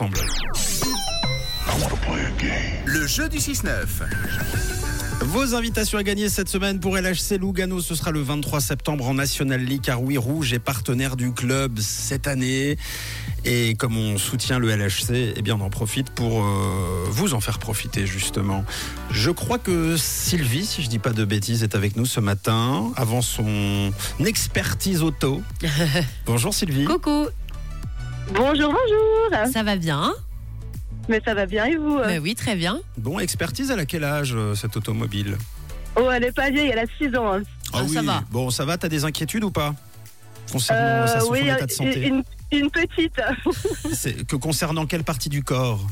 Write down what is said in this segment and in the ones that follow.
ensemble. Le jeu du 6-9. Vos invitations à gagner cette semaine pour LHC Lugano, ce sera le 23 septembre en National League à Rouy Rouge et partenaire du club cette année. Et comme on soutient le LHC, eh bien on en profite pour euh, vous en faire profiter justement. Je crois que Sylvie, si je dis pas de bêtises, est avec nous ce matin avant son expertise auto. Bonjour Sylvie. Coucou, Bonjour, bonjour. ça va bien Mais ça va bien et vous Bah Oui, très bien. Bon, expertise à quel âge euh, cette automobile Oh, elle est pas vieille, elle a 6 ans. hein. Ah, ça va. Bon, ça va, t'as des inquiétudes ou pas Concernant Euh, sa- son oui, état de santé. une, une petite. C'est que concernant quelle partie du corps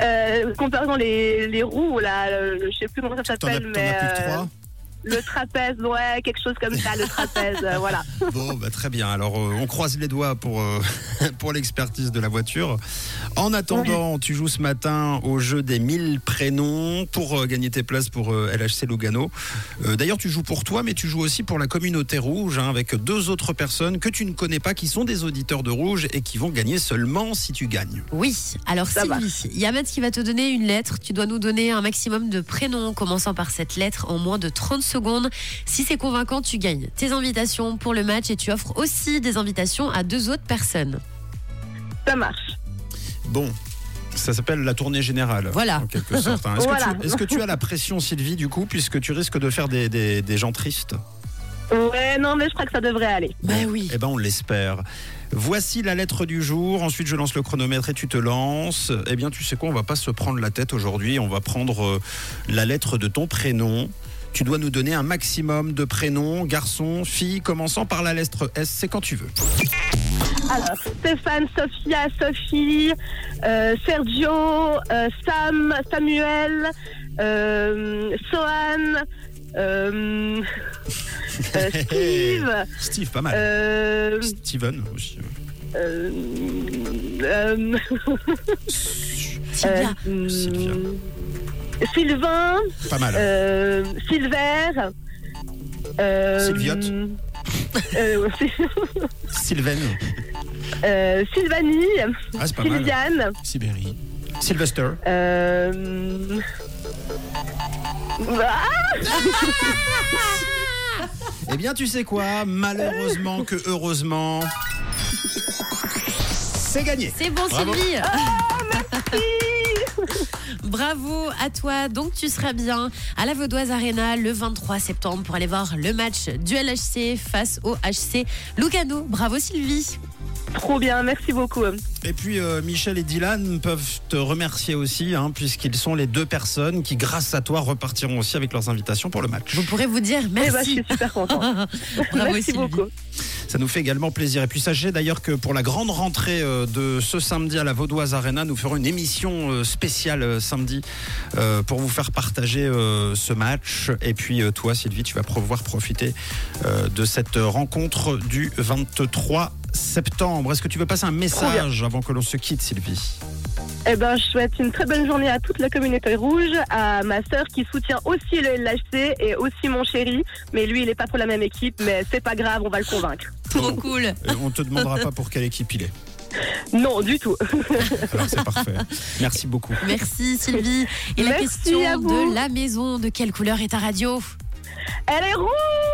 Euh, concernant les, les roues, là, euh, je sais plus comment ça T'en as, s'appelle, t'en mais. as plus que euh, trois le trapèze, ouais, quelque chose comme ça, le trapèze, euh, voilà. Bon, bah, très bien. Alors, euh, on croise les doigts pour, euh, pour l'expertise de la voiture. En attendant, tu joues ce matin au jeu des 1000 prénoms pour euh, gagner tes places pour euh, LHC Lugano. Euh, D'ailleurs, tu joues pour toi, mais tu joues aussi pour la communauté rouge hein, avec deux autres personnes que tu ne connais pas qui sont des auditeurs de rouge et qui vont gagner seulement si tu gagnes. Oui, alors Ça va. Sylvie, il y a Matt qui va te donner une lettre. Tu dois nous donner un maximum de prénoms commençant par cette lettre en moins de 30 secondes. Si c'est convaincant, tu gagnes tes invitations pour le match et tu offres aussi des invitations à deux autres personnes. Ça marche. Bon. Ça s'appelle la tournée générale. Voilà. En quelque sorte. hein. Est-ce Voilà. que, tu- est-ce que tu as la pression, Sylvie, du coup, puisque tu risques de faire des- des- des gens tristes Ouais, non, mais je crois que ça devrait aller. Bah oui. Eh ben, on l'espère. Voici la lettre du jour. Ensuite, je lance le chronomètre et tu te lances. Eh bien, tu sais quoi On va pas se prendre la tête aujourd'hui. On va prendre euh, la lettre de ton prénom. Tu dois nous donner un maximum de prénoms, garçons, filles, commençant par la lettre S. C'est quand tu veux. Alors, Stéphane, Sophia, Sophie, euh, Sergio, euh, Sam, Samuel, euh, Sohan, euh, euh, Steve. Steve, pas mal. Euh, Steven aussi. euh, euh, ben, Sylvia. euh, Sylvia. Ah. Sylvain, Pas mal. euh, Silver, euh, Sylviote. euh, Sylvain. euh, Sylvanie, Ah, c'est pas mal. Sylviane, Sibérie. Sylvester. euh, ah, Eh bien, tu sais quoi Malheureusement que heureusement, c'est gagné. C'est bon, Bravo. Sylvie. Bravo à toi. Donc, tu seras bien à la Vaudoise Arena le 23 septembre pour aller voir le match du LHC face au HC Lugano. Bravo, Sylvie. trop bien, merci beaucoup. Eh Et puis euh, Michel et Dylan peuvent te remercier aussi, hein, puisqu'ils sont les deux personnes qui, grâce à toi, repartiront aussi avec leurs invitations pour le match. Vous pourrez vous dire Eh ben, je merci. suis super contente. Bravo, merci Sylvie. beaucoup. Ça nous fait également plaisir. Et puis sachez d'ailleurs que pour la grande rentrée euh, de ce samedi à la Vaudoise Arena, nous ferons une émission euh, spéciale euh, samedi euh, pour vous faire partager euh, ce match. Et puis euh, toi, Sylvie, tu vas pouvoir profiter euh, de cette rencontre du 23 septembre. Est-ce que tu veux passer un message avant que l'on se quitte, Sylvie Eh ben, je souhaite une très bonne journée à toute la communauté rouge, à ma sœur qui soutient aussi le LHC et aussi mon chéri. Mais lui, il est pas pour la même équipe, mais c'est pas grave, on va le convaincre. Trop cool. Et Euh, On ne te demandera pas pour quelle équipe il est. Non, du tout. Alors c'est parfait. Merci beaucoup. Merci, Sylvie. Et la Merci question à vous. de la maison, de quelle couleur est ta radio Elle est rouge